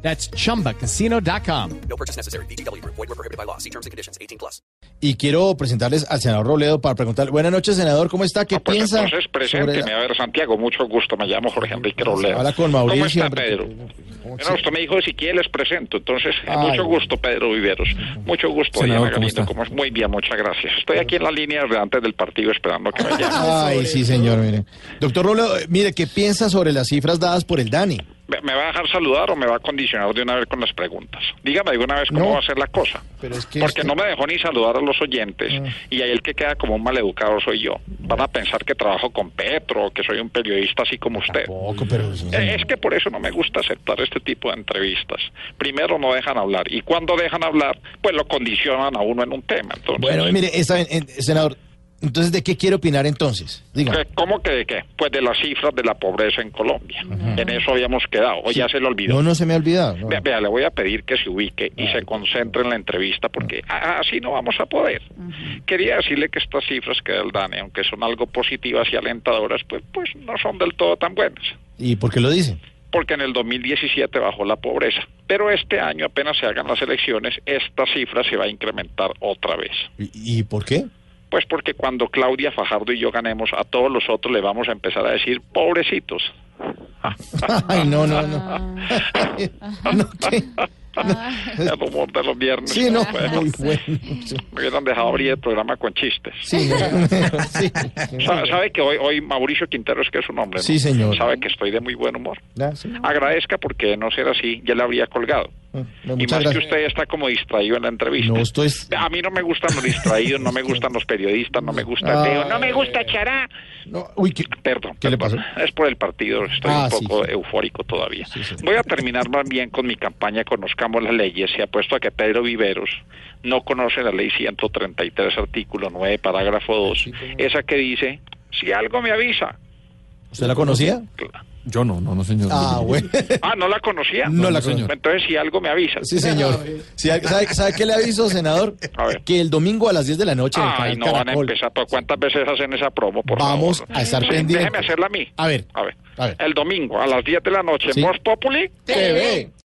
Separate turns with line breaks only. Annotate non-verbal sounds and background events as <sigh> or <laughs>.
That's chumbacasino.com.
No purchase necessary. BGW. Void were prohibited by law. See terms and conditions. 18 plus.
Y quiero presentarles al senador Robledo para preguntarle, buenas noches, senador, ¿cómo está? ¿Qué
Pues
piensa?
entonces,
sobre
presénteme.
la-
A ver, Santiago, mucho gusto. Me llamo Jorge Enrique Robledo.
Habla con
¿Cómo
Mauricio.
está,
hombre,
Pedro?
que- ¿cómo
Bueno,
se-
usted me dijo, si quiere, les presento. Entonces, eh,
Ay.
mucho gusto, Pedro Viveros. Mucho gusto,
Senador,
Diana
¿cómo
Galindo.
está?
¿Cómo es? Muy bien, muchas gracias. Estoy aquí en la línea de antes del partido
<laughs>
esperando que me llamen.
Ay, sí, señor, mire. Doctor Robledo, eh, mire, ¿qué piensa sobre las cifras dadas por el DANI?
¿Me- ¿Me va a dejar saludar o me va a condicionar de una vez con las preguntas? Dígame de una vez cómo
No.
va a ser la cosa.
Pero es que
Porque
este- Ah.
no me dejó ni saludar a los oyentes y ahí el que queda como un maleducado soy yo. Van a pensar que trabajo con Petro o que soy un periodista así como usted.
Poco, pero... sí,
Eh,
señor.
Es que por eso no me gusta aceptar este tipo de entrevistas. Primero no dejan hablar y cuando dejan hablar, pues lo condicionan a uno en un tema. Entonces,
Bueno, mire, está bien, eh, senador, entonces, ¿de qué quiere opinar entonces? Dígame.
¿qué- ¿cómo que de qué? Pues de las cifras de la pobreza en Colombia. En eso habíamos quedado. O ya se le olvidó.
No, no se me ha olvidado. no.
Ve- Vea, le voy a pedir que se ubique y se concentre en la entrevista porque a- así no vamos a poder. Quería decirle que estas cifras que da el DANE, aunque son algo positivas y alentadoras, pues, pues no son del todo tan buenas.
¿Y por qué lo dice?
Porque en el 2017 bajó la pobreza. Pero este año, apenas se hagan las elecciones, esta cifra se va a incrementar otra vez.
¿Y, y por qué? <laughs>
Pues porque cuando Claudia Fajardo y yo ganemos, a todos los otros le vamos a empezar a decir
<laughs>
pobrecitos.
Ay, no, no, no.
Ah.
<laughs> No, ¿qué?
El humor de los viernes.
Sí, no,
Bueno,
muy bueno. sí.
me hubieran dejado abrir el programa con chistes.
Sí,
<laughs>
sí.
Sa- Sabe que hoy, hoy Mauricio Quintero es que es su nombre. ¿no?
Sí, señor.
Sabe que estoy de muy buen humor.
Ah, sí.
Agradezca porque de no ser así ya le habría colgado.
Ah, No, muchas
y más que Ah.
gracias.
usted está como distraído en la entrevista.
No, estoy-
A mí no me gustan los distraídos, no me gustan los periodistas, no me gusta
Ay.
Teo, no me gusta Chará.
No, uy, qué-
Perdón,
Ah. ¿Qué le
perdón. es por el partido, estoy
Ah,
un
sí,
poco
sí.
eufórico todavía.
Sí, sí.
Voy a terminar más bien con mi campaña Conozcamos las leyes y apuesto a que Pedro Viveros no conoce la ley 133, artículo 9, parágrafo 2, esa que dice, si algo me avisa.
¿Usted la conocía?
Yo no, no, no, señor.
Ah, bueno. <laughs>
Ah, no la conocía.
No la
señor.
Entonces, si algo me avisa.
Sí, señor. Sí, ¿sabe, sabe qué le aviso, senador?
A ver.
Que el domingo a las 10 de la noche en el
Ay,
canal
no van a
Caracol.
empezar. ¿Pero ¿Cuántas veces hacen esa promo? Por
Vamos
favor?
a estar
Sí,
pendientes.
Déjeme hacerla a mí.
A ver,
A ver.
a ver.
El domingo a las 10 de la noche,
Sí.
Voz Populi.
TV.